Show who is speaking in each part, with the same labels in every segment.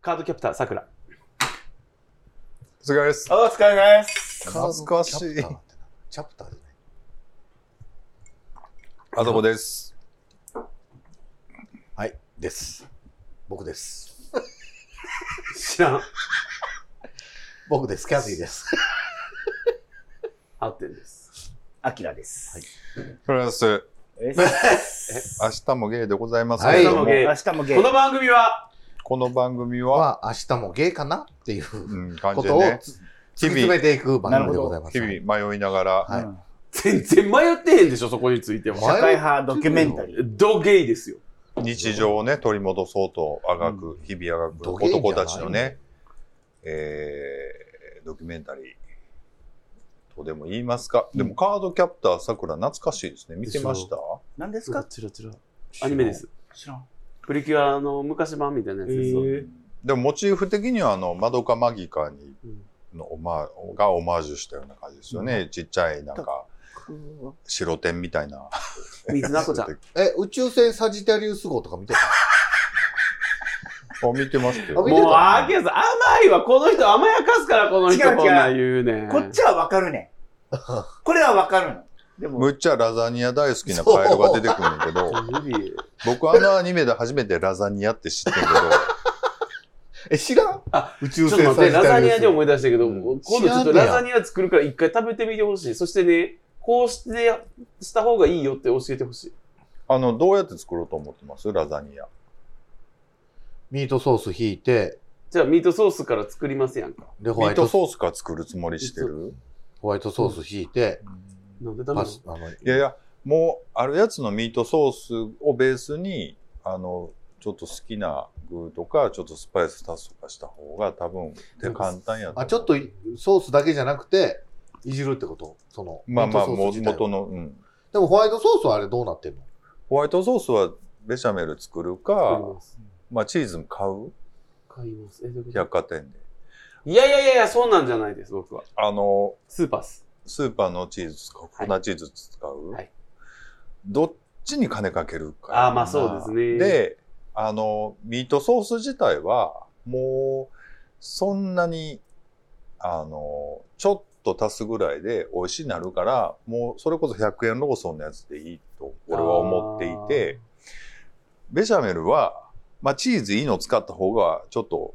Speaker 1: カードキャプター、さくら。
Speaker 2: お疲れ様です。
Speaker 3: お疲れ様です。
Speaker 2: 懐かしい。
Speaker 4: チャプターじゃない。
Speaker 2: あそこです。
Speaker 4: はい、です。僕です。
Speaker 1: 知らん。
Speaker 4: 僕です。キャビー です。
Speaker 1: 合ってるです。
Speaker 3: アキラです。
Speaker 2: フランス、
Speaker 3: え
Speaker 2: 明日もゲイでございます
Speaker 4: は
Speaker 2: け
Speaker 4: い
Speaker 2: れども、
Speaker 1: 明日もゲイ
Speaker 3: 明日もゲ
Speaker 1: こ
Speaker 3: イ。
Speaker 1: の番組は、
Speaker 2: この番組は、
Speaker 4: まあ、明日もゲイかなっていうこ
Speaker 2: うん、感じで
Speaker 4: とを
Speaker 2: ね、
Speaker 4: つ突き
Speaker 2: 日々
Speaker 4: 詰めていく番組でございます。
Speaker 2: 日々迷いながら、
Speaker 4: はい
Speaker 3: うん
Speaker 1: 全然迷ってへんでしょ、そこについて
Speaker 4: 迷
Speaker 1: は。
Speaker 4: う
Speaker 3: 社会派ドキュメンタリー。
Speaker 1: ドゲイですよ。
Speaker 2: 日常をね、取り戻そうとあがく、日々あがく
Speaker 4: ドゲイじゃない
Speaker 2: 男たちのね、えー、ドキュメンタリーとでも言いますか。でも、カードキャプターさくら懐かしいですね。見てました
Speaker 3: 何ですか
Speaker 1: チラチラ。アニメです。
Speaker 3: 知らん。
Speaker 1: プリキュアの昔版みたいなやつですわ。
Speaker 2: でも、モチーフ的には、あの、マドカマギカに、
Speaker 1: うん
Speaker 2: のオマーがオマージュしたような感じですよね。ちっちゃい、なんか、白点みたいな。
Speaker 1: 水菜子ちゃん。
Speaker 4: え、宇宙船サジタリウス号とか 見てた
Speaker 2: あ、見てました
Speaker 4: あ
Speaker 2: よ
Speaker 4: 見。て
Speaker 1: もう、あけさん、甘いわ。この人甘やかすから、この人
Speaker 3: 違う違う
Speaker 1: こんなん言うねん。
Speaker 3: こっちはわかるね。これはわかるの。でも、
Speaker 2: むっちゃラザニア大好きなカエルが出てくるんだけど、
Speaker 1: 指
Speaker 2: 僕あのアニメで初めてラザニアって知 ってんけど、
Speaker 4: え、知らん
Speaker 1: あ
Speaker 4: 宇
Speaker 1: ちょ
Speaker 4: 宙
Speaker 1: っと待
Speaker 4: 船
Speaker 1: って、ラザニアで
Speaker 4: 号。
Speaker 1: 思い出したけど、
Speaker 2: うん
Speaker 1: 今度ちょっとラザニア作るから一回食べてみてほしい。そしてね、こうして、した方がいいよって教えてほしい。
Speaker 2: あの、どうやって作ろうと思ってますラザニア。
Speaker 4: ミートソース引いて、
Speaker 1: じゃあ、ミートソースから作りますやんか。
Speaker 4: で、ホ
Speaker 2: ミ
Speaker 4: ワ
Speaker 2: ー
Speaker 4: イ
Speaker 2: ト
Speaker 4: ト、
Speaker 2: ソースから作るつもりしてる
Speaker 4: ホワイトソース引いて、
Speaker 1: なんでダメな
Speaker 4: パ
Speaker 1: の
Speaker 4: ス、あの、
Speaker 2: いやいや、もう、あるやつのミートソースをベースに、あの、ちょっと好きな具とか、ちょっとスパイス足すとかした方が多分、手簡単やと思う
Speaker 4: あ、ちょっとソースだけじゃなくて、いじるってことその、
Speaker 2: まあまあ、
Speaker 4: ミートソー
Speaker 2: も
Speaker 4: ス自体
Speaker 2: 元
Speaker 4: を
Speaker 2: の、うん。
Speaker 4: でもホワイトソースはあれどうなってんの
Speaker 2: ホワイトソースはベシャメル作るか
Speaker 1: 作り、ます。
Speaker 2: まあ、チーズも買う
Speaker 1: 買います。え、どういうこと
Speaker 2: 百貨店で。
Speaker 1: いやいやいやいや、そうなんじゃないです、僕は。
Speaker 2: あの、
Speaker 1: スーパース。
Speaker 2: スーパーのチーズ使う、
Speaker 1: はい
Speaker 2: 粉チーズ使う、
Speaker 1: はい
Speaker 2: どっちに金かけるか
Speaker 1: ああ、まあそうですね。、
Speaker 2: で、あの、ミートソース自体は、もう、そんなに、あの、ちょっと足すぐらいで美味しいなるから、もう、それこそ100円ローソンのやつでいいと、俺は思っていて、ベシャメルは、まあ、チーズいいの使った方が、ちょっと、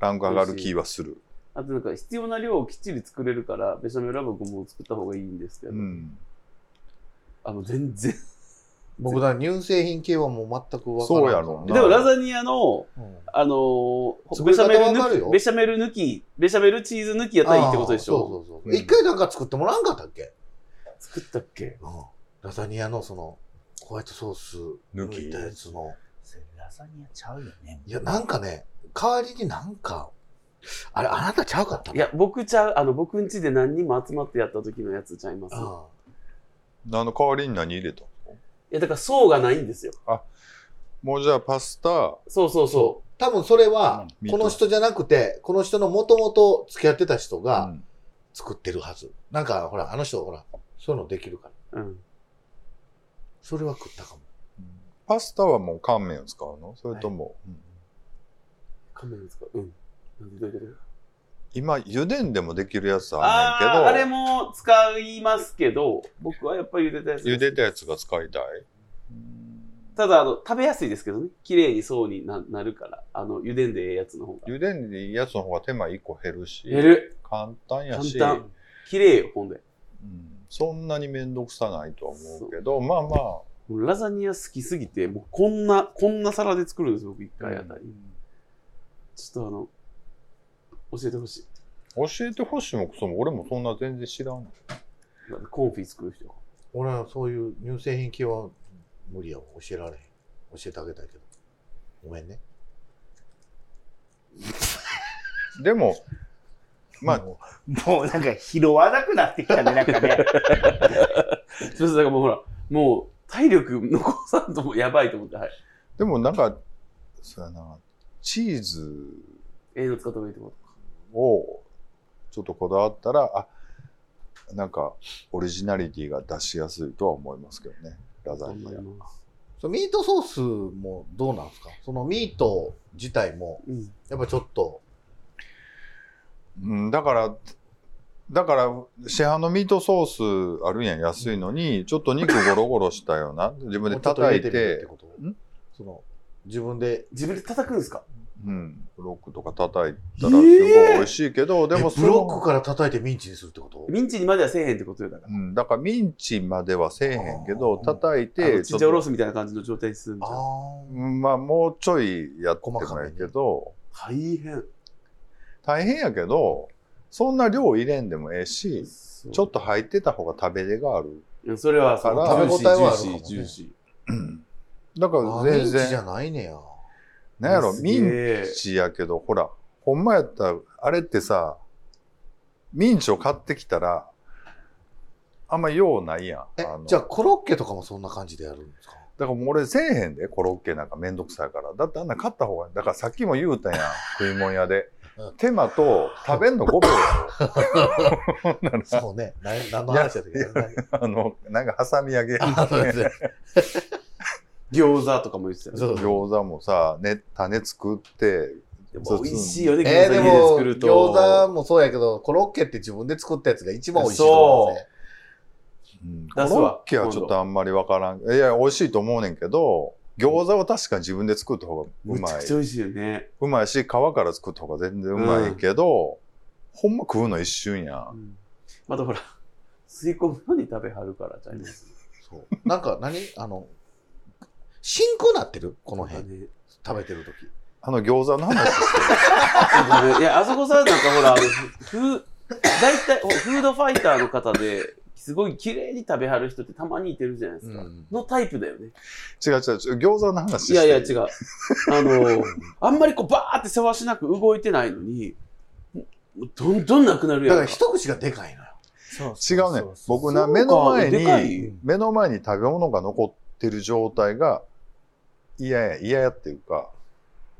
Speaker 2: ランク上がる気はする。
Speaker 1: あとなんか必要な量をきっちり作れるから、ベシャメルは僕も作った方がいいんですけど、
Speaker 2: うん。
Speaker 1: あの、全然。
Speaker 4: 僕だ、乳製品系はもう全くわから
Speaker 2: そ
Speaker 4: ん
Speaker 2: う
Speaker 4: か
Speaker 2: や
Speaker 4: ら
Speaker 2: ろ う
Speaker 1: で
Speaker 2: な
Speaker 1: もラザニアの、
Speaker 4: うん
Speaker 1: あのー、
Speaker 4: 作
Speaker 1: ベ
Speaker 4: り
Speaker 1: シャ
Speaker 4: 方
Speaker 1: メル
Speaker 4: わかる
Speaker 1: 抜
Speaker 4: よ
Speaker 1: き、ベシャメル抜き、ベシャメルチーズ抜きやったらいいってことでしょ
Speaker 4: あーそうそうそう。
Speaker 2: うん
Speaker 4: 一回なんか作ってもらわんかったっけ、
Speaker 1: 作ったっけ
Speaker 4: ラザニアのその、ホワイトソース
Speaker 2: 抜
Speaker 4: 抜
Speaker 2: き
Speaker 4: いたやつの。
Speaker 3: それラザニアちゃうよね。
Speaker 4: いや、なんかね、代わりになんか、あれ、あなたちゃうかった
Speaker 1: いや、僕ちゃう、あの、僕ん家で何人も集まってやった時のやつちゃいます。
Speaker 4: う
Speaker 1: い
Speaker 4: ん
Speaker 2: あの、代わりに何入れたの
Speaker 1: や、だから層がないんですよ。
Speaker 2: もうじゃあパスタ、
Speaker 1: そうそうそ
Speaker 4: 多分それは、
Speaker 2: うん
Speaker 4: この人じゃなくて、この人のもともと付き合ってた人
Speaker 2: う
Speaker 4: が
Speaker 2: ん
Speaker 4: 作ってるはず。なんか、ほら、あの人、ほら、そういうのできるから。
Speaker 1: う。うん。
Speaker 4: それは食ったかも。
Speaker 2: パスタはもう乾麺を使うのそれとも、うん
Speaker 1: カメラですかうん。なんでどういうこと
Speaker 2: 今、油田でもできるやつ
Speaker 1: あ
Speaker 2: あんねんけ
Speaker 1: あ
Speaker 2: ど、
Speaker 1: ー、あれも使いますけど、僕はやっぱり茹でたやつです。
Speaker 2: 茹でたやつが使いたい
Speaker 1: ただ、あの、食べやすいですけどね。綺麗に層にななるから、あの、茹でんでええやつの方が。
Speaker 2: 油田でいいやつの方が手間1個減るし、
Speaker 1: る。
Speaker 2: 簡単やし、
Speaker 1: 簡単綺麗よ、ほんで。
Speaker 2: うんそんなに面倒くさないとは思うけど、まあまあ、
Speaker 1: もうラザニア好きすぎて、もうこんな、こんな皿で作るんですよ、僕一回あたり。ちょっとあの、教えてほしい。
Speaker 2: 教えてほしいもクソも俺もそんな全然知らん。
Speaker 1: コンフィ作る人が。
Speaker 4: 俺はそういう乳製品系は無理やわ。教えられへん。教えてあげたいけど。ごめんね。
Speaker 2: でも、まあ、
Speaker 4: も
Speaker 3: もうなんか拾わなくなってきたね、なんかね。
Speaker 1: そうそう、だからもうほら、もう体力残さんともやばいと思って、はい。
Speaker 2: でもなんか、そうやな、チーズ
Speaker 1: ええの使った方がいいと思
Speaker 2: をちょっとこだわったらあなんかオリジナリティが出しやすいとは思いますけどねラ
Speaker 1: う。
Speaker 2: ザニア
Speaker 1: 思います
Speaker 4: そのミートソースもどうなんですかそのミート自体も、
Speaker 1: うん
Speaker 4: やっぱちょっと、
Speaker 2: うん、だから、だから、市販のミートソースあるやん、安いのに、ちょっと肉ゴロゴロしたような、自分
Speaker 4: も
Speaker 2: で
Speaker 4: うちょっと入
Speaker 2: 叩
Speaker 4: れ
Speaker 2: いて、
Speaker 4: みるってこと
Speaker 2: ん
Speaker 4: その、自分で、
Speaker 1: 自分で叩くんですか
Speaker 2: うん、ブロックとか叩いたらすごい美味しいけど、で
Speaker 4: で
Speaker 2: も
Speaker 4: も
Speaker 2: そ
Speaker 4: ブ
Speaker 2: の
Speaker 4: ロックから叩いてミンチにするってこと
Speaker 1: ミンチにまではせえへんってことよだか
Speaker 2: うん、だからミンチまではせえへんけど、
Speaker 4: あー
Speaker 2: 叩い
Speaker 1: ら。あ
Speaker 2: て、
Speaker 1: のチンジャオロースみたいな感じの状態にするみた
Speaker 4: あ
Speaker 1: いな。
Speaker 4: あ。
Speaker 2: うんまあもうちょいやっても
Speaker 4: 細か
Speaker 2: い
Speaker 4: め
Speaker 2: い
Speaker 4: に
Speaker 2: けど、
Speaker 1: 大変。
Speaker 2: 大変やけど、そんな量入れんでもええし、
Speaker 1: ち
Speaker 2: ちょっと入ってた方が食べれがある。
Speaker 1: と。それはその
Speaker 2: だから
Speaker 1: ジューシー
Speaker 4: 食べ応えはあるかもね
Speaker 1: ジューシージューシ
Speaker 2: うんだか
Speaker 4: あ
Speaker 2: ら
Speaker 4: ミン
Speaker 2: 全
Speaker 4: チじゃ
Speaker 2: 然、
Speaker 4: ないねや。
Speaker 1: ー。
Speaker 2: なんやろ、
Speaker 1: すげ
Speaker 2: ミン
Speaker 1: え
Speaker 2: チやけど、ほら、ほんまやったら、あれってさ、ミンチを買ってきたら、あんま用ないやん。
Speaker 4: え
Speaker 2: あの、
Speaker 4: じゃあコロッケとかもそんな感じでやるんですか
Speaker 2: だからもう俺せえへんで、コロッケなんかめんどくさいから。だってあんな買った方がいい。だからさっきも言うたやん、食い物屋で
Speaker 4: うん。
Speaker 2: 手間と食べんの5秒よ
Speaker 4: そうね。な何の話やったっけ
Speaker 2: いや
Speaker 4: やらない
Speaker 2: あの、なんか挟み上げ。
Speaker 4: あそうですね
Speaker 1: 餃子とかも言ってたよね
Speaker 4: そう
Speaker 2: 餃子もさ、ね、種作って、
Speaker 1: で
Speaker 2: そう
Speaker 1: も
Speaker 2: そう
Speaker 1: 美味しいよね、
Speaker 4: えー、
Speaker 1: 餃子家で
Speaker 4: でも
Speaker 1: 作ると。
Speaker 4: 餃子もそうやけどコロッケって自分で作ったやつが一番美味しいと思うんですね
Speaker 2: うんコ
Speaker 1: 出すわ
Speaker 2: ロッケはちょっとあんまりわからん。いや、美味しいと思うねんけど、餃子は確かに自分で作った方がう
Speaker 1: むち
Speaker 2: ま
Speaker 1: ゃ
Speaker 2: い
Speaker 1: くち。ゃ美味しいよね。
Speaker 2: うまいし、皮から作った方が全然うまいけど、ほんま食うの一瞬やん。
Speaker 1: またほら、吸い込むのに食べはるからちゃいます。
Speaker 4: そうなんか何あの真空なってるこの辺
Speaker 1: ね
Speaker 4: 食べてる時
Speaker 2: あの餃子の話 してる
Speaker 1: いや、あそこさ、なんかほら、あのふふ大体、ほフードファイターの方で、すごい綺麗に食べはる人ってたまにいてるじゃないですか。
Speaker 4: うん
Speaker 1: のタイプだよね。
Speaker 2: 違う違う違う、餃子の話して
Speaker 1: い
Speaker 2: る
Speaker 1: やいや、違う。あ の、あんまりこう、バーってせわしなく動いてないのに、どんどんなくなる
Speaker 4: だ
Speaker 1: や
Speaker 4: か
Speaker 1: ん
Speaker 4: ら一口がでかいのよ
Speaker 2: 違うねん。僕な、
Speaker 1: そうか
Speaker 2: 目の前
Speaker 1: でかい
Speaker 2: に、目の前に食べ物が残ってる状態が嫌や、嫌やっていうか、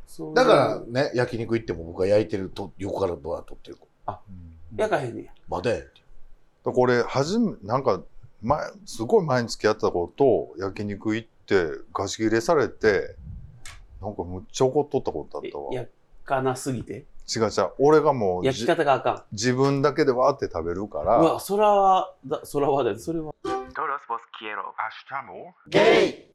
Speaker 1: そう
Speaker 4: だから、ね焼肉行っても僕が焼いてると横からぶわっとってる
Speaker 1: やかへんねや。
Speaker 4: まで
Speaker 2: だこれ、はじめ、なんか、前、すごい前に付き合ってた子と焼肉行って、ガチ切れされて、なんかむっちゃ怒っとったことあったわ。
Speaker 1: え
Speaker 2: 違
Speaker 1: やかなすぎて。
Speaker 2: う違う。俺がもう
Speaker 1: 焼き
Speaker 2: じ、
Speaker 1: 方があかん。
Speaker 2: 自分だけでわーって食べるか
Speaker 1: う
Speaker 2: ら、
Speaker 1: わ、そらは、だそらはだよ、それは。
Speaker 3: ゲイ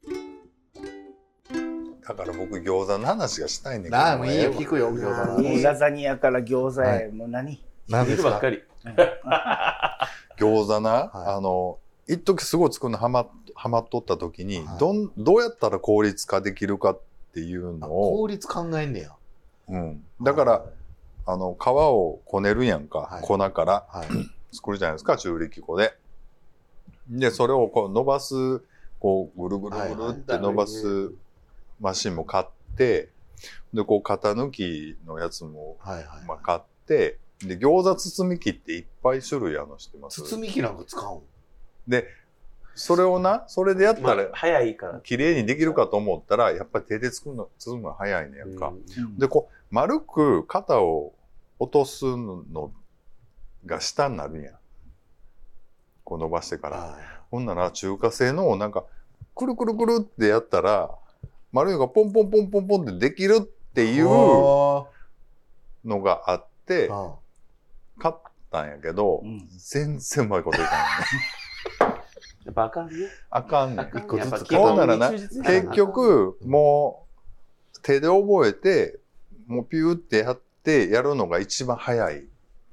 Speaker 2: だから僕餃子の話がしたいねんけど。
Speaker 4: なあもういいよ
Speaker 2: もうええ
Speaker 4: 聞くよ餃子の
Speaker 1: い
Speaker 3: もう
Speaker 4: 話
Speaker 3: ラザニアから餃子へ、もう何
Speaker 4: 何で
Speaker 1: 肉
Speaker 4: す
Speaker 1: ばっ
Speaker 4: か
Speaker 1: かり。
Speaker 2: わ餃子な、
Speaker 4: はい
Speaker 2: あの、一時すごい作るのハマっハマっとった時に、
Speaker 4: はい
Speaker 2: どん、どうやったら効率化できるかっていう
Speaker 4: あ
Speaker 2: のを、
Speaker 4: 効率考えんねや
Speaker 2: うん。だから、あの、皮をこねるやんか、
Speaker 4: はい
Speaker 2: 粉から。
Speaker 4: はい
Speaker 2: 作るじゃないですか、中力粉で。で、それをこう伸ばす、こう、ぐるぐるぐるって伸ばすマシンも買って、で、こう、型抜きのやつも、
Speaker 4: はいはい
Speaker 2: まあ、買って、で、餃子包み器っていっぱい種類あるの知ってます
Speaker 4: 包み器なんか使うん
Speaker 2: それをな、それでやった
Speaker 1: まあ
Speaker 2: ら、
Speaker 1: 早いから。
Speaker 2: 綺麗にできるかと思ったら、やっぱり手で包むの、包むの早いねやんか。
Speaker 1: うん
Speaker 2: で、こう、丸く肩を落とすのが下になるんやん。こう伸ばしてから。
Speaker 4: はい
Speaker 2: ほんなら中華製のなんか、くるくるくるってやったら、丸いがポンポンポンポンポンってできるっていうの
Speaker 4: あ
Speaker 2: があって
Speaker 4: ー、あ
Speaker 2: 買ったんやけど
Speaker 3: う、ん
Speaker 2: 全然うまいこといかんね。
Speaker 1: やっぱあかんね。
Speaker 2: あかんね
Speaker 1: あ
Speaker 2: ん。
Speaker 1: かん
Speaker 4: 一個ずつ
Speaker 1: やっぱ
Speaker 2: そうならな
Speaker 1: 基本に忠実やから
Speaker 2: 結局、もう手で覚えて、もうピューってやってやるのが一番早いっ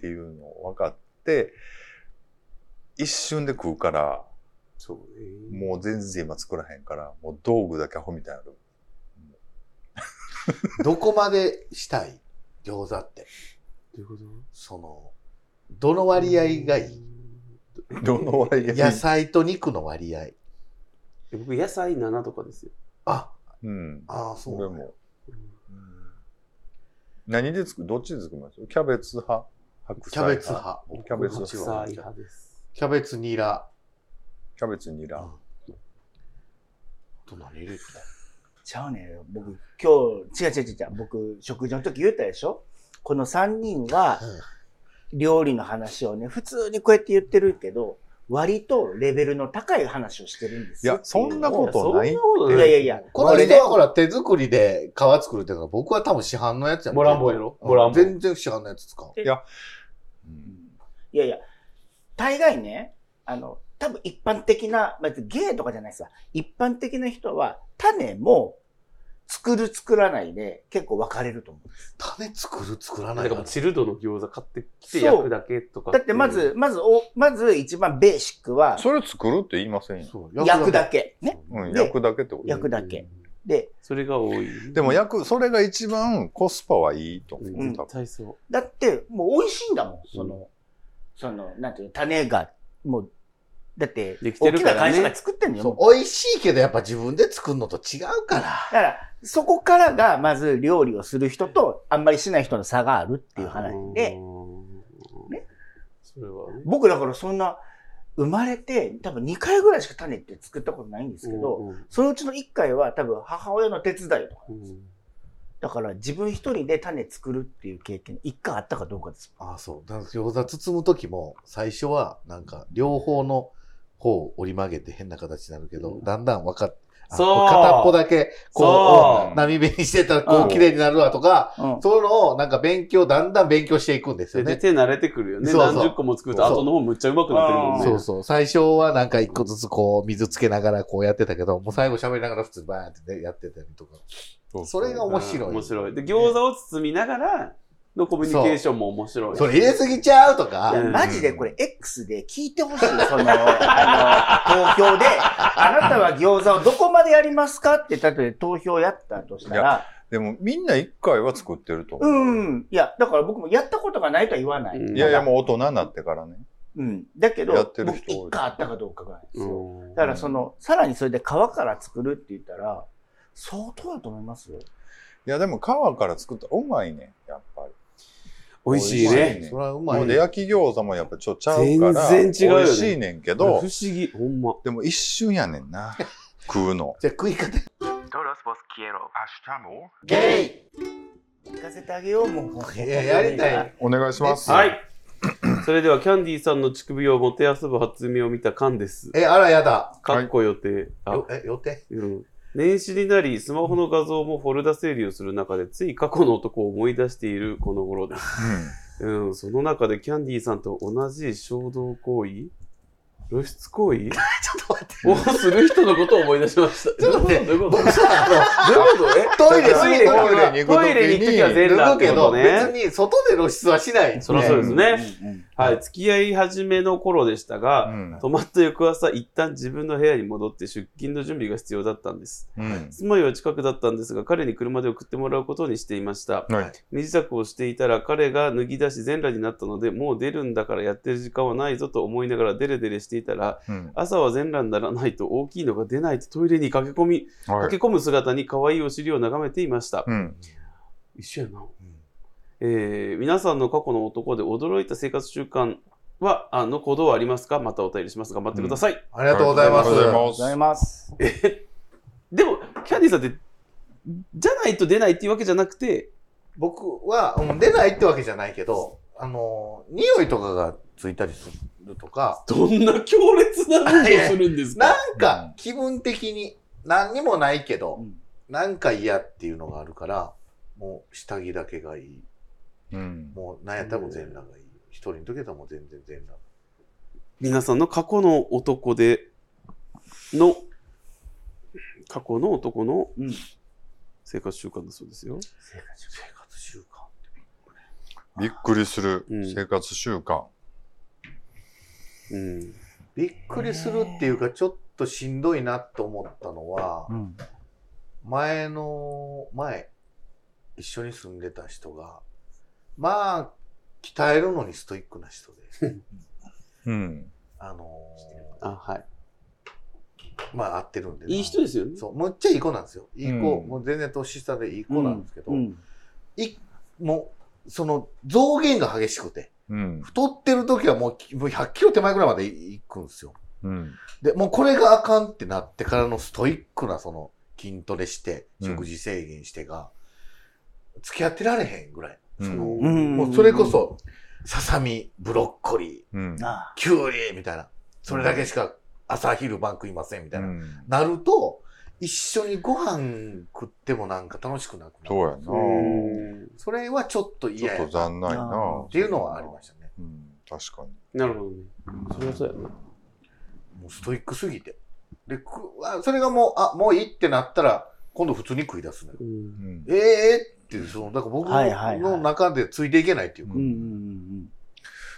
Speaker 2: ていうのを分かって、一瞬で食うから、
Speaker 1: そうね。
Speaker 2: もう全然今作らへんから、もう道具だけアホみたいになる。
Speaker 4: ーどこまでしたい餃子って
Speaker 1: どういうこと
Speaker 4: そのどの割合がいい
Speaker 2: どの割合
Speaker 4: 野菜と肉の割合。
Speaker 1: 僕、野菜7とかですよ。
Speaker 4: あ、
Speaker 2: うん。
Speaker 4: ああ、そう
Speaker 2: 俺
Speaker 4: なんや。
Speaker 2: も。何で作るどっちで作りますキャベツ派白
Speaker 4: キ
Speaker 2: 菜
Speaker 4: ャベツ
Speaker 2: 派
Speaker 4: 派。
Speaker 2: キャベツ
Speaker 1: 白
Speaker 2: 派
Speaker 1: 菜派です。
Speaker 4: キャベツニラ。
Speaker 2: キャベツニ
Speaker 4: うん
Speaker 2: ラ
Speaker 4: あ。と何入れる
Speaker 3: ちゃうねんよ僕今日違う違う違う違う僕食事の時言ったでしょこの3人が料理の話をね普通にこうやって言ってるけど割とレベルの高い話をしてるんです
Speaker 2: いや
Speaker 3: よ、。
Speaker 2: そんなことな
Speaker 1: そ
Speaker 2: い
Speaker 1: んなことない
Speaker 3: いやいやいや、
Speaker 4: この人はほら手作りで皮作るっていうから僕は多分市販のやつやも
Speaker 1: モ
Speaker 4: ん
Speaker 1: ランボンやろモランボン
Speaker 4: 全然市販のやつ使う。
Speaker 2: うん
Speaker 3: いやいや、大概ね、あの、多分一般的な、まずゲイとかじゃないですわ一般的な人は、種も作る作らないで結構分かれると思う。
Speaker 4: 種作る作ら
Speaker 1: な
Speaker 4: なんい
Speaker 1: か
Speaker 4: か
Speaker 1: もう
Speaker 4: ら。
Speaker 1: チルドの餃子買ってきて
Speaker 3: そう
Speaker 1: 焼くだけとか
Speaker 3: だってま
Speaker 1: いう
Speaker 3: ず、まずお、まず一番ベーシックは、
Speaker 2: それ作るって言いませんよ。
Speaker 4: そう
Speaker 3: 焼くだ。け。ね。
Speaker 2: うん、
Speaker 3: で
Speaker 2: 焼くだけってこと。
Speaker 3: 焼くだけ。で、
Speaker 1: それが多い
Speaker 2: でも焼く、それが一番コスパはいいと思う。
Speaker 1: うん
Speaker 2: 多分
Speaker 1: 体操
Speaker 3: だって、もう美味しいんだもん。その、その、なんていうの種が、もう、だって、
Speaker 1: できて
Speaker 3: 大
Speaker 1: る
Speaker 3: き
Speaker 1: か
Speaker 3: な
Speaker 1: らね
Speaker 3: 会社が作ってんのよ。もう
Speaker 4: そう美味しいけどやっぱ自分で作るのと違うから。
Speaker 3: だから、そこからが、まず料理をする人と、あんまりしない人の差があるっていう話で、ね
Speaker 1: それはね
Speaker 3: 僕だからそんな、生まれて、多分2回ぐらいしか種って作ったことないんですけど、
Speaker 1: うん
Speaker 3: そのうちの1回は多分母親の手伝いとか。
Speaker 1: うん
Speaker 3: だから自分一人で種作るっていう経験、1回あったかどうかです。
Speaker 4: ああ、そう。だから餃子包む時も最初はなんか両方の方を折り曲げて変な形になるけど、
Speaker 1: うん
Speaker 4: だんだん分かっあ
Speaker 1: そう
Speaker 4: こう片っぽだけこ
Speaker 1: そう
Speaker 4: 波辺にしてたらこう綺麗になるわとか、
Speaker 3: うん。
Speaker 4: そういうのをなんか勉強、だんだん勉強していくんです
Speaker 1: う
Speaker 4: よ
Speaker 1: でで
Speaker 4: ね。
Speaker 1: 手慣れてくるよね
Speaker 4: そうそう
Speaker 1: 何十個も作ると後の方むっちゃうまくなってるもんね
Speaker 4: そうそう。最初はなんか一個ずつこう水つけながらこうやってたけど、もう最後喋りながら普通にバーンってね、やってたりとか。それが面白い。
Speaker 1: 面白いで餃子を包みながらのコミュニケーションも面白い
Speaker 4: それ入れすぎちゃうとか
Speaker 3: いや、
Speaker 1: うん
Speaker 3: マジでこれ X で聞いてほしい。その、あの、投票で、あなたは餃子をどこまでやりますかって、例えば投票やったとした
Speaker 2: い
Speaker 3: ら、
Speaker 2: でもみんな一回は作ってると思
Speaker 3: う
Speaker 2: う。
Speaker 3: ん。いや、だから僕もやったことがないとは言わない。
Speaker 1: うん
Speaker 2: いやいや、もう大人になってからね。
Speaker 3: うん。だけど、
Speaker 2: やってる
Speaker 3: 僕
Speaker 2: 人多い
Speaker 3: 一回あったかどうかぐらいですよ。
Speaker 1: うん
Speaker 3: だからその、さらにそれで皮から作るって言ったら、相当だと思いますよ。
Speaker 2: いや、でも皮から作ったらうまいね、やっぱり。
Speaker 1: 美味しいね
Speaker 4: それはうま
Speaker 2: も
Speaker 4: いよ
Speaker 2: うで焼き餃子もやっぱちょっとちゃうから、
Speaker 1: 全然違うよね
Speaker 2: 美味しいねんけ
Speaker 1: 不
Speaker 2: ど
Speaker 1: 思、議ほんま
Speaker 2: でも一瞬やねんな、食うの。
Speaker 4: じゃあ食い方。
Speaker 3: ゲイ行かせてあげよう、もう。
Speaker 4: いややりたい。
Speaker 2: お願いします。
Speaker 1: はいそれではキャンディーさんの乳首をもてあそぶ初見を見た缶です
Speaker 4: え、あらやだ。
Speaker 1: かっこ予定あ
Speaker 4: よえ、予定
Speaker 1: うん年始になり、スマホの画像もフォルダ整理をする中で、つい過去の男を思い出しているこの頃です。うん、その中でキャンディーさんと同じ衝動行為露出行 為をする人のことを思い出しました。
Speaker 4: ちょっと待って
Speaker 1: どういうことどういう
Speaker 4: 僕さ、あ
Speaker 1: ことえ
Speaker 4: の、トイレ
Speaker 1: ト
Speaker 4: す
Speaker 1: イレ
Speaker 4: ると
Speaker 2: トイレ
Speaker 4: は
Speaker 2: に行く時に
Speaker 1: トイレに行く時は全裸
Speaker 4: 脱
Speaker 1: っ
Speaker 4: ぐ
Speaker 1: て
Speaker 4: け
Speaker 1: こと
Speaker 4: ど、
Speaker 1: ね
Speaker 4: 別。に外で露出はしない。
Speaker 1: そりゃそうですね。
Speaker 3: うんうん
Speaker 1: はい、付き合い始めの頃でした
Speaker 2: う
Speaker 1: が、
Speaker 2: ん。
Speaker 1: 泊まった翌朝、一旦自分の部屋に戻って出勤の準備が必要だったんです。
Speaker 2: うん。
Speaker 1: 住まいは近くだったんですが、彼に車で送ってもらうことにしていました。
Speaker 2: はい。
Speaker 1: 身支度をしていたら彼が脱ぎ出し全裸になったのでもう出るんだからやってる時間はないぞと思いながらデレデレしていたら
Speaker 2: うん。
Speaker 1: 朝は全裸にならないと大きいのが出ないとトイレに駆け込み
Speaker 2: は
Speaker 1: 駆
Speaker 2: い。
Speaker 1: け込む姿に可愛いお尻を眺めていました、
Speaker 2: うん。
Speaker 1: 一緒やな、えー皆さんの過去の男で驚いた生活習慣はあの行動はありますかまたお便りします頑張ってください、
Speaker 4: ありがとうございます。
Speaker 2: ありがとう
Speaker 3: ありがとうございます。
Speaker 1: でもキャンディーさんってじゃないと出ないっていうわけじゃなくて
Speaker 4: 僕は、うん出ないってわけじゃないけど、あの、匂いとかがついたりするとか、
Speaker 1: どんな強烈な動きをするんですか
Speaker 4: なんか気分的に何にもないけど、
Speaker 3: うん
Speaker 4: なんか嫌っていうのがあるから、もう下着だけがいい。
Speaker 2: うん。
Speaker 4: もう何やったらもう全裸がいい。一人の時だったらもう全然全裸。
Speaker 1: 皆さんの過去の男での過去の男の
Speaker 3: うん
Speaker 1: 生活習慣だそうですよ。
Speaker 4: 生活習慣。生活習慣。
Speaker 2: びっくりする
Speaker 1: うん
Speaker 2: 生活習慣。
Speaker 1: うん、
Speaker 4: びっくりするっていうか、ちょっとしんどいなと思ったのは、
Speaker 3: うん
Speaker 4: 前の、前、一緒に住んでた人が、まあ、鍛えるのにストイックな人で、
Speaker 2: うん。
Speaker 4: あの
Speaker 1: あは
Speaker 4: ーまあ、合ってるんでね、
Speaker 1: い。いい人ですよね。
Speaker 4: そう、むっちゃいい子なんですよ。いい子、
Speaker 2: うん
Speaker 4: もう全然年下でいい子なんですけど、
Speaker 3: うん
Speaker 4: いもう、その増減が激しくて、
Speaker 2: うん。
Speaker 4: 太ってる時はもうきもう100キロ手前ぐらいまでいくんですよ。
Speaker 2: うん。
Speaker 4: で、もうこれがあかんってなってからのストイックなその筋トレして、
Speaker 2: うん
Speaker 4: 食事制限してが、付き合ってられへんぐらい。
Speaker 2: うん
Speaker 4: その
Speaker 3: うん
Speaker 4: もうそれこそ、ささみ、ブロッコリー、
Speaker 2: うん。
Speaker 3: なあ
Speaker 4: きゅうりみたいな。それだけしか朝昼晩食いませんみたいな。
Speaker 2: うん
Speaker 4: なると、一緒にご飯食ってもなんか楽しくなくなる。
Speaker 2: そうやな
Speaker 1: うん
Speaker 4: それはちょっと
Speaker 2: ちょ
Speaker 4: 嫌
Speaker 2: っ
Speaker 4: や
Speaker 2: と
Speaker 4: なっ
Speaker 2: 残ないな
Speaker 3: あ
Speaker 4: ていうのはありましたね。
Speaker 2: うん確かに
Speaker 1: なるほどね。それはそうやな。
Speaker 4: もうストイックすぎて。で、くあそれがもう、あ、もういいってなったら、今度普通に食い出すのよ。
Speaker 1: うん
Speaker 2: うん
Speaker 4: ええっていう、その、だから僕
Speaker 3: はいはいはい
Speaker 4: の中でついていけないっていうか。
Speaker 3: うんうんうん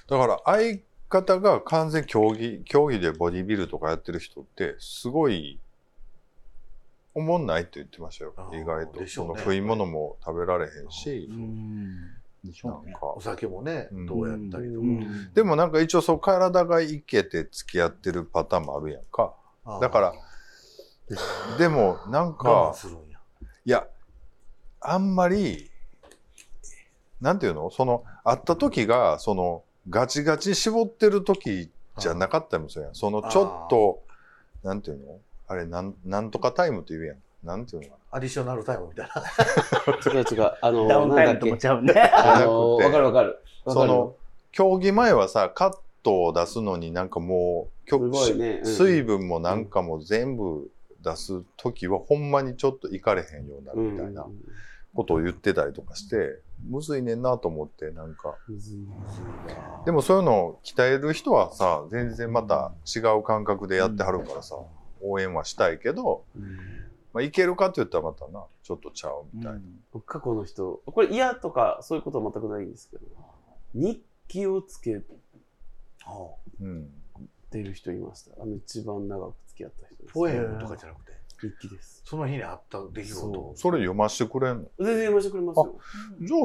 Speaker 2: だから相方が完全競技競技でボディビルとかやってる人ってすごいおもんないって言ってましたよ
Speaker 4: あー
Speaker 2: 意外と、
Speaker 4: でしょ
Speaker 2: そうの
Speaker 4: ね
Speaker 2: 食い物も食べられへんし
Speaker 3: う、ん。
Speaker 2: なんか
Speaker 4: お酒もね
Speaker 2: うん、
Speaker 4: どうやったりとか。
Speaker 3: うん
Speaker 2: でもなんか一応そう体がいけて付き合ってるパターンもあるやんか
Speaker 4: ああ
Speaker 2: だからでもなん
Speaker 4: 我慢
Speaker 2: か
Speaker 4: するんや。
Speaker 2: いやあんまりなんていうのその会った時がそのガチガチ絞ってる時じゃなかったりもするやん。そのちょっと、なんていうのあれなん、なんとかタイムって言うやん。なんていうのか
Speaker 4: アディショナルタイムみたいな。
Speaker 1: 違う違う。あの、
Speaker 3: ダウンタ
Speaker 1: な
Speaker 3: イ
Speaker 1: ん
Speaker 3: ム
Speaker 1: だ
Speaker 3: と
Speaker 1: っ
Speaker 3: も
Speaker 1: け。
Speaker 3: ちゃうね。
Speaker 1: あの、
Speaker 2: じゃなくて
Speaker 1: わかるわかる。わ
Speaker 2: な。そ
Speaker 1: かる
Speaker 2: の
Speaker 1: よ。、
Speaker 2: 競技前はさ、カットを出すのになんかもう、きょ
Speaker 1: すごいね
Speaker 2: し
Speaker 1: うん
Speaker 2: 水分もなんかも全部出す時は、ほんまにちょっといかれへんようになるみたいな
Speaker 1: うん
Speaker 2: ことを言ってたりとかして、むずいねんなと思って、なんか。
Speaker 1: むずい
Speaker 2: でもそういうのを鍛える人はさ、全然また違う感覚でやってはるからさ、応援はしたいけど、まあ、いけるかって言ったらまたな、ちょっとちゃうみたいな。
Speaker 1: 僕過去の人、これ嫌とかそういうことは全くないんですけど、日記をつけ
Speaker 2: うん。
Speaker 1: てる人いました。あの、一番長く付き合った人です。
Speaker 4: ポエムとかじゃなくて、
Speaker 1: 日記です。
Speaker 4: その日にあった出来事を。
Speaker 2: それ読ましてくれんの
Speaker 1: 全然読ませてくれますよ。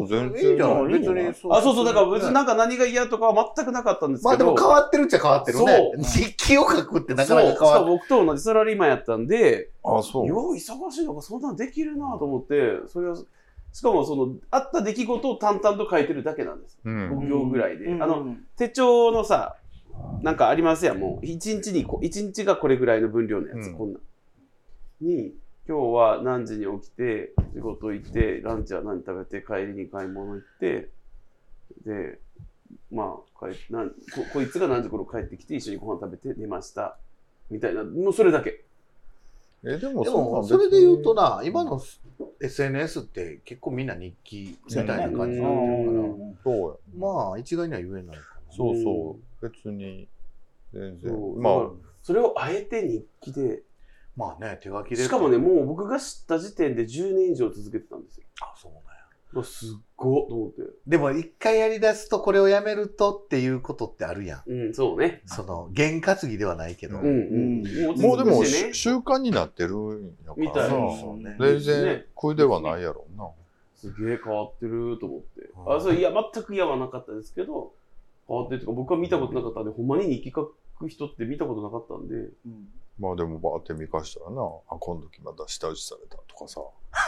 Speaker 2: じゃあ全
Speaker 4: いい
Speaker 2: 然。
Speaker 4: じゃん
Speaker 2: うん
Speaker 4: 別にそう
Speaker 1: あ、そうそう、だから別になんか何が嫌とかは全くなかったんですけど。
Speaker 4: まあでも変わってるっちゃ変わってるね
Speaker 1: そ。う
Speaker 4: 日記を書くってなかなか
Speaker 1: そう
Speaker 4: 変
Speaker 1: しか
Speaker 4: わ
Speaker 1: も僕と同じサラリーマンやったんで、
Speaker 2: あ、そ
Speaker 1: よ
Speaker 2: う。
Speaker 1: う忙しいのかそんなんできるなと思って、それは、しかもその、あった出来事を淡々と書いてるだけなんです。
Speaker 2: うん。
Speaker 1: 5行ぐらいで。
Speaker 3: うん
Speaker 1: あの、、手帳のさ、なんかありますやん、もう。一日にこ、一日がこれぐらいの分量のやつ、
Speaker 2: うん
Speaker 1: こんなん。に、今日は何時に起きて、仕事行って、ランチは何食べて、帰りに買い物行って、で、まあ、帰なんここいつが何時頃帰ってきて、一緒にご飯食べて寝ました。みたいな、もうそれだけ。
Speaker 2: え、で
Speaker 4: る。
Speaker 2: も
Speaker 4: で
Speaker 2: んなん
Speaker 4: も、
Speaker 2: 別
Speaker 4: そ
Speaker 2: に
Speaker 4: れで言うとな、今の SNS って結構みんな日記みたいな感じになってるから、
Speaker 2: そうや。
Speaker 4: まあ一概には言えないかな。
Speaker 2: そうそう。別に、全
Speaker 1: そう
Speaker 2: 然。
Speaker 1: だ
Speaker 2: まあ
Speaker 1: から、それをあえて日記で、
Speaker 4: まあね、手書きで。
Speaker 1: しかもね、、もう僕が知った時点で10年以上続けてたんですよ。
Speaker 4: あ、そうなんや。
Speaker 1: うわすっごっと思って。
Speaker 4: でも一回やり出すとこれをやめるとっていうことってあるやん。
Speaker 1: うん、そうね。
Speaker 4: その、験担ぎではないけど。
Speaker 2: う
Speaker 1: うん
Speaker 3: うん
Speaker 1: うん、
Speaker 2: もうでも、
Speaker 1: 落ち着く
Speaker 2: し
Speaker 1: しね
Speaker 2: 習慣になってるんや
Speaker 1: み
Speaker 2: か
Speaker 1: た
Speaker 2: ら
Speaker 1: い
Speaker 2: な
Speaker 1: な。
Speaker 4: そうね
Speaker 2: 全
Speaker 1: ね
Speaker 2: 然、食いではないやろうな。
Speaker 1: すげえ変わってると思って、
Speaker 4: うん
Speaker 1: あそれいや全く嫌はなかったですけど変わってるとか僕は見たことなかったんでほんまに日記書く人って見たことなかったんで
Speaker 2: まあでもバーって見返したらな、あ、今時また下打ちされたとかさ、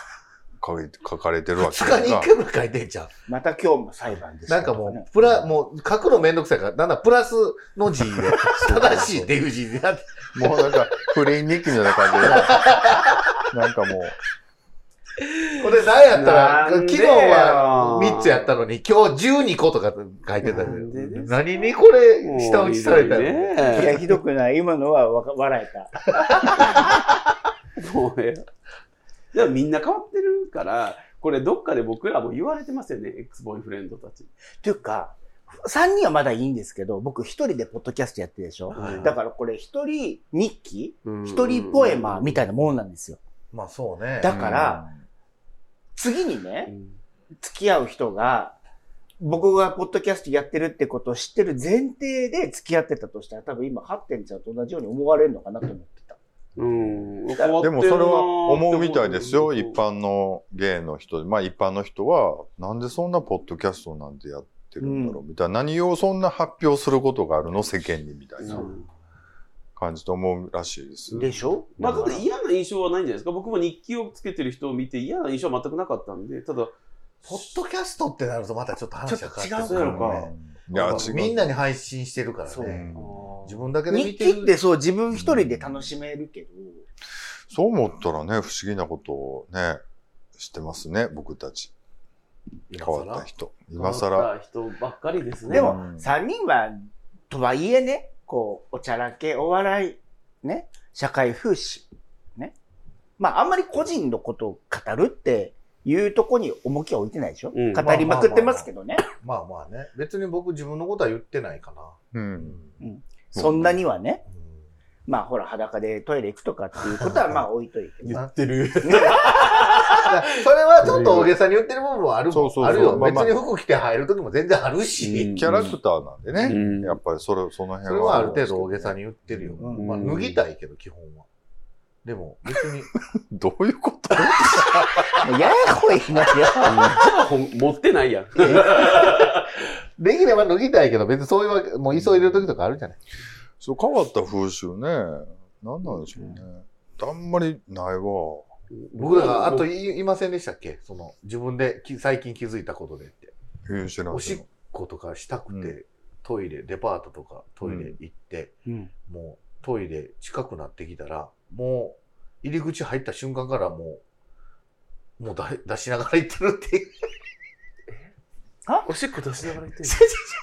Speaker 2: 書いて書かれてるわけ
Speaker 4: 2日に
Speaker 2: や
Speaker 4: 1
Speaker 2: んか
Speaker 4: 回ぐらい書いてんじゃん。
Speaker 3: また今日も裁判でした
Speaker 4: なんかもう、プラ、もう書くのめんどくさいから、なんだプラスの字で、正しい出口でやって。
Speaker 2: もうなんか、不倫日記みたいな感じでな。なんかもう、
Speaker 4: これ何やった
Speaker 1: なん
Speaker 4: ら、昨
Speaker 1: で
Speaker 4: 日
Speaker 1: よ
Speaker 4: は3つやったのに、今日12個とか書いて
Speaker 1: な
Speaker 4: たけど
Speaker 1: んでですか
Speaker 4: 何にこれ、下打ちされ
Speaker 1: も
Speaker 4: た
Speaker 1: う
Speaker 4: の
Speaker 1: ひ
Speaker 3: い
Speaker 1: どい
Speaker 3: や、
Speaker 1: ね
Speaker 3: ひどくない。今のはわか笑えた。
Speaker 1: もうええでもみんな変わってるからこれどっかで僕らも言われてますよね X ボーイフレンドたち
Speaker 3: というか、3人はまだいいんですけど、僕一人でポッドキャストやってるでしょ。
Speaker 1: はい
Speaker 3: だからこれ一人日記
Speaker 1: 一
Speaker 3: 一人ポエマーみたいなもんなんですよ。
Speaker 4: まあそうね。
Speaker 3: だから、次にね、付き合う人が、僕がポッドキャストやってるってことを知ってる前提で付き合ってたとしたら、多分今、ハッテンちゃんと同じように思われるのかなと思ってた。
Speaker 1: うん、うん、
Speaker 2: でもそれは思うみたいですよ、一
Speaker 1: 般
Speaker 2: 般の芸の人で。まあ一般の人は、なんでそんなポッドキャストなんてやってるんだろうみたいな、何をそんな発表することがあるの世間にみたいな感じと思うらしいです。
Speaker 3: でしょ
Speaker 1: まあ、た
Speaker 3: だか
Speaker 1: だ
Speaker 3: ら
Speaker 1: 嫌な印象はないんじゃないですか。僕も日記をつけてる人を見て嫌な印象は全くなかったんで、ただ、
Speaker 4: ポッドキャストってなるとまたちょっと話が変わって
Speaker 1: ちょっと違う
Speaker 4: く
Speaker 1: や
Speaker 4: る
Speaker 1: ろ
Speaker 4: もん
Speaker 1: か
Speaker 4: ね。
Speaker 2: いや、違う。
Speaker 4: みんなに配信してるから
Speaker 3: そう
Speaker 4: ね。自
Speaker 1: 自
Speaker 4: 分だけで見
Speaker 3: 日
Speaker 4: てる。
Speaker 3: 記ってそう、自分一人で楽しめるけど、
Speaker 2: そう思ったらね、不思議なことをね、してますね、僕たち。変わった人。今
Speaker 1: 今
Speaker 2: 更。
Speaker 1: 更人ばっかりですね。
Speaker 3: で
Speaker 2: う
Speaker 3: も、
Speaker 2: ん
Speaker 3: 3人は、とはいえね、こう、おちゃらけ、お笑い、ね、社会風刺、ね。まあ、あんまり個人のことを語るっていうとこに重きは置いてないでしょ、
Speaker 1: うん
Speaker 3: 語りまくってますけどね。
Speaker 4: まあまあね。別に僕自分のことは言ってないか
Speaker 2: う。
Speaker 4: な。うんん。
Speaker 3: そんなにはね、
Speaker 4: うん
Speaker 3: まあ、ほら、裸でトイレ行くとかっていうことは、まあ、置いといて。
Speaker 4: 言
Speaker 5: って る。
Speaker 4: それはちょっと大げさに言ってる部分もあるもん
Speaker 2: そうそうそう
Speaker 4: あるよ。
Speaker 2: まあ
Speaker 4: 別
Speaker 2: まあ
Speaker 4: に服着て入る時も全然あるし、
Speaker 1: うん
Speaker 2: キャラクターなんでね、
Speaker 1: うん
Speaker 2: やっぱりそれその辺は。
Speaker 4: それはある程度大げさに言ってるよ。
Speaker 3: うん
Speaker 4: まあ、脱ぎたいけど、基本は。でも、別に、
Speaker 2: どういうこと
Speaker 3: もうややこいなよ。
Speaker 1: じゃあほん 持ってないやん。
Speaker 4: できれば脱ぎたいけど、別にそういうわけ、もう急いでる時とかあるじゃない。
Speaker 2: そう変わった風習ね。何なんでしょうね。あんまりないわ。
Speaker 4: 僕らが、あと言いいませんでしたっけその、自分でき最近気づいたことでって。
Speaker 2: ええ知らん
Speaker 4: お
Speaker 2: け
Speaker 4: しっ
Speaker 2: ど
Speaker 4: ことかしたくて、
Speaker 2: う
Speaker 4: トイレ、デパートとかトイレ行って、
Speaker 3: うん
Speaker 4: もうトイレ近くなってきたら、もう入り口入った瞬間からもう、もうだ出しながら行ってるっていう。
Speaker 1: おしっこ出しながら言ってる。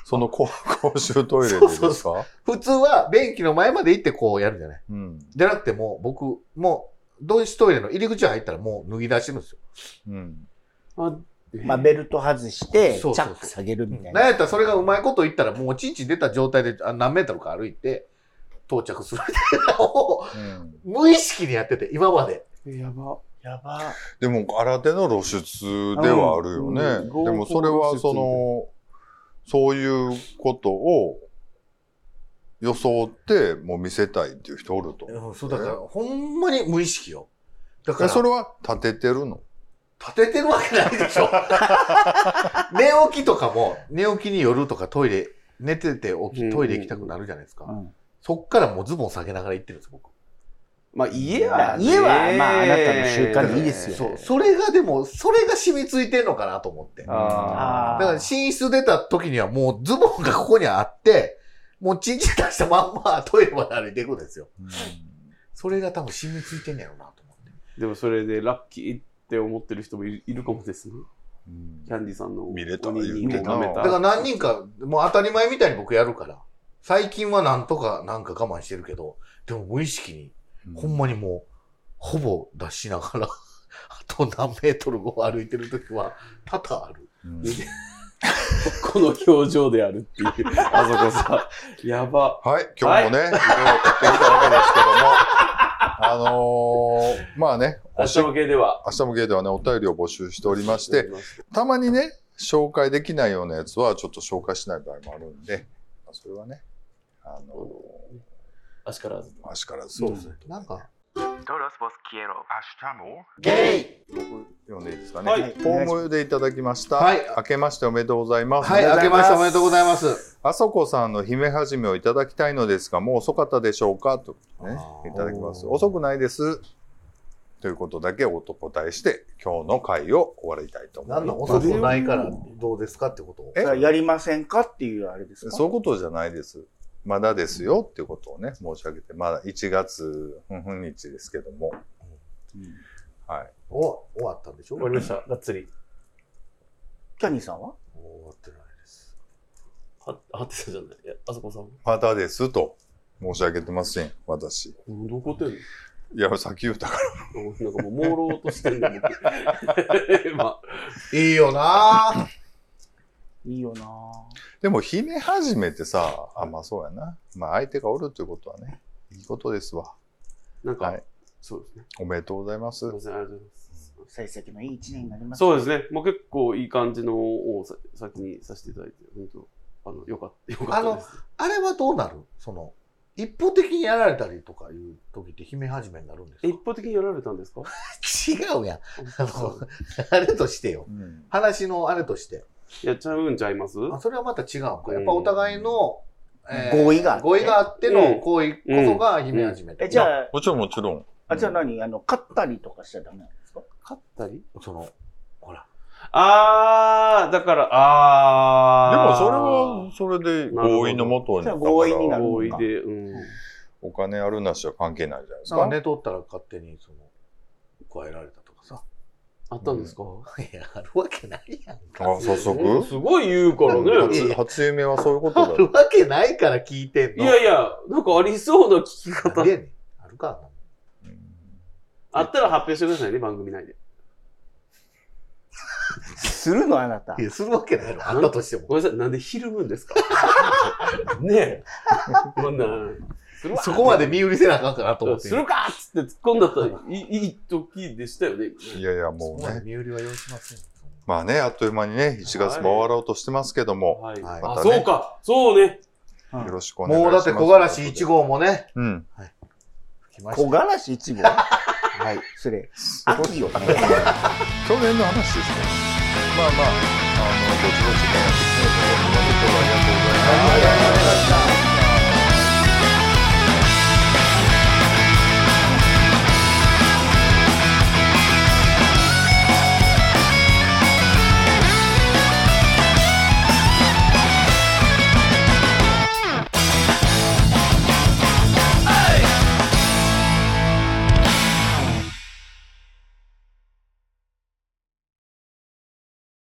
Speaker 2: その公 公衆トイレでですか
Speaker 4: そうそ普通は便器の前まで行ってこうやるじゃない。
Speaker 2: うん。
Speaker 4: じゃなくてもう僕、もう、同士トイレの入り口入ったらもう脱ぎ出してるんですよ。
Speaker 2: うん。
Speaker 1: あ
Speaker 3: まあ、ベルト外して、チ
Speaker 4: そ
Speaker 3: ャ
Speaker 4: うそうそう
Speaker 3: ック下げるみたい
Speaker 4: なん
Speaker 3: な。
Speaker 4: やったらそれがうまいこと言ったらもうちんちん出た状態であ何メートルか歩いて到着するみたいなのを
Speaker 2: うん
Speaker 4: 無意識にやってて、今まで。
Speaker 1: やば。
Speaker 3: やば。
Speaker 2: でも、空手の露出ではあるよね。
Speaker 1: うん
Speaker 2: でも、それは、その、そういうことを装って、もう見せたいっていう人おると。
Speaker 4: うん、そうだから、ほんまに無意識よ。だか
Speaker 2: え
Speaker 4: ら、
Speaker 2: それは立ててるの
Speaker 4: 立ててるわけないでしょ。 寝起きとかも、寝起きに夜とかトイレ、寝てて起き、トイレ行きたくなるじゃないですか。
Speaker 3: うん
Speaker 4: そっからもうズボン下げながら行ってるんです、僕。
Speaker 1: まあ家はね、
Speaker 3: 家はまああなたの習慣でいいですよ
Speaker 4: そう。それがでも、それが染みついてんのかなと思って。だか
Speaker 1: あ
Speaker 3: ー
Speaker 4: ら寝室出た時にはもうズボンがここにあって、もうチンチン出したまんまトイレまで歩いていくんですよ。それが多分染みついてんねやろうなと思って。
Speaker 1: でもそれでラッキーって思ってる人もいるいるかもですね。
Speaker 2: うん
Speaker 1: キャンディさんの
Speaker 2: 見れた
Speaker 1: 鬼に
Speaker 2: 見れた
Speaker 1: 拝め
Speaker 4: だ
Speaker 1: た
Speaker 4: から何人か、もう当たり前みたいに僕やるから、最近はなんとかなんか我慢してるけど、でも無意識に、ほんまにもう、ほぼ出しながら、 あと何メートル後歩いてる時は多々ある。
Speaker 2: うん
Speaker 1: この表情であるっていう。あそこさ。やば。
Speaker 2: はい、今日もね、いろいろやってきたわけですけども、 あのーまあね、
Speaker 1: 明日の系では。
Speaker 2: 明日もゲーではね、お便りを募集しておりまして、
Speaker 1: ま
Speaker 2: たまにね、紹介できないようなやつはちょっと紹介しない場合もあるんで、まあそれはね、あの
Speaker 1: あしからず。
Speaker 2: ー、足からず
Speaker 1: そうです
Speaker 2: ね。
Speaker 4: なんか、
Speaker 3: ゲイ
Speaker 2: 読んでいいですかね。
Speaker 3: はい
Speaker 2: フォームでいただきました。
Speaker 4: はい
Speaker 2: 明けましておめでとうございます。
Speaker 4: はい、明けましておめでとうございます。
Speaker 2: あそこさんの姫始めをいただきたいのですが、もう遅かったでしょうかとね
Speaker 4: あ、ー
Speaker 2: いただきます。遅くないです。ということだけお答えして、今日の回を終わりたいと思
Speaker 4: ないんだ、
Speaker 2: ま
Speaker 4: お
Speaker 2: す。
Speaker 4: さこないからどうですかってこと
Speaker 2: え
Speaker 3: それはやりませんかっていうあれですか
Speaker 2: そういうことじゃないです。まだですよっていうことをね、申し上げて、まだ1月、ふんふん日ですけども。はい。
Speaker 4: お、終わったんでしょ
Speaker 1: 終わりました。がっつり。
Speaker 3: キャニーさんは
Speaker 4: 終わってないです。
Speaker 1: は、はってたじゃない。いやあそこさん。
Speaker 2: まだですと申し上げてません、私。
Speaker 1: どこってんの
Speaker 2: いや、先言うたから。
Speaker 1: なんかもう朦朧としてんだ、僕。 まあ、
Speaker 4: いいよなぁ。
Speaker 3: いいよなぁ
Speaker 2: でも、姫始めてさ、あ、まあそうやな。まあ相手がおるということはね、いいことですわ。
Speaker 1: なんか、
Speaker 2: はい
Speaker 1: そうですね。
Speaker 2: おめでとうございます
Speaker 1: すい。ません、ありがとうございます。
Speaker 3: 成績のいい一年になります。
Speaker 1: そうですね。もう結構いい感じのをさ先にさせていただいて、本当あの、よかった、よかったです。
Speaker 4: あれはどうなるその、一方的にやられたりとかいう時って姫始めになるんです
Speaker 1: え一方的にやられたんですか
Speaker 4: か違うやん。あの
Speaker 1: そう、
Speaker 4: あれとしてよ。
Speaker 2: うん
Speaker 4: 話のあれとして。
Speaker 1: やっちゃうんちゃいます
Speaker 4: あそれはまた違うのか。やっぱお互いの、え
Speaker 3: 合意があって
Speaker 4: 合意があっての行為こそが姫始め
Speaker 3: え、じ
Speaker 4: あ、
Speaker 3: ゃあ、
Speaker 2: もちろんもちろん。
Speaker 3: あじゃあ何あの、勝ったりとかしちゃダメなんですか
Speaker 1: 勝ったり
Speaker 4: その、ほら。
Speaker 1: あー、だから、
Speaker 2: でもそれ
Speaker 1: あ
Speaker 2: は
Speaker 1: ー。
Speaker 2: それで合意のもとに。
Speaker 3: なるほどじゃあ合意になる
Speaker 1: 合意で、うん。
Speaker 2: お金あるなしは関係ないじゃないです
Speaker 4: なんか
Speaker 2: か。
Speaker 4: 寝とったら勝手にその、加えられたとかさ。
Speaker 1: あったんですか、
Speaker 4: いや、あるわけないやん
Speaker 2: あ、
Speaker 4: か。
Speaker 2: 早速
Speaker 1: すごい言うからね。
Speaker 2: 初初夢はそういうこと
Speaker 4: あ
Speaker 2: だ。
Speaker 4: るわけないから聞いてん
Speaker 1: い
Speaker 4: の。
Speaker 1: やいや、なんかありそうな聞き
Speaker 4: な
Speaker 1: 方
Speaker 4: んで。やねんあるか
Speaker 1: あったら発表してくださいね、番組内で。
Speaker 3: するのあなた
Speaker 4: な。い。や、するわけないの。あったとしても。
Speaker 1: ごめんなさい、なんでひるむんですか ねえ。こんなん。するわ
Speaker 4: そこまで見売りせなあかんかなと思って。
Speaker 1: するかっつって突っ込んだったら、いいい時でしたよね。
Speaker 2: いやいや、
Speaker 4: そ
Speaker 2: も
Speaker 4: こ
Speaker 2: う
Speaker 4: まで
Speaker 2: ね。
Speaker 4: 見売りは用意しません。
Speaker 2: まあね、あっという間にね、1月も終わろうとしてますけども、
Speaker 1: はい。
Speaker 4: はい
Speaker 1: あ、
Speaker 2: またね
Speaker 1: そうか。そうね。
Speaker 3: はい
Speaker 2: よろしくお願いし
Speaker 4: も
Speaker 2: ま
Speaker 4: う
Speaker 2: す。
Speaker 4: だって小枯らし1。号もね、
Speaker 2: うん。
Speaker 4: 来ました
Speaker 3: 木
Speaker 4: よ
Speaker 3: 枯らし1号はいそれ秋よね
Speaker 2: 去年の話ですね。まあまあ、あの、ぼちぼちね、ありがとうございました。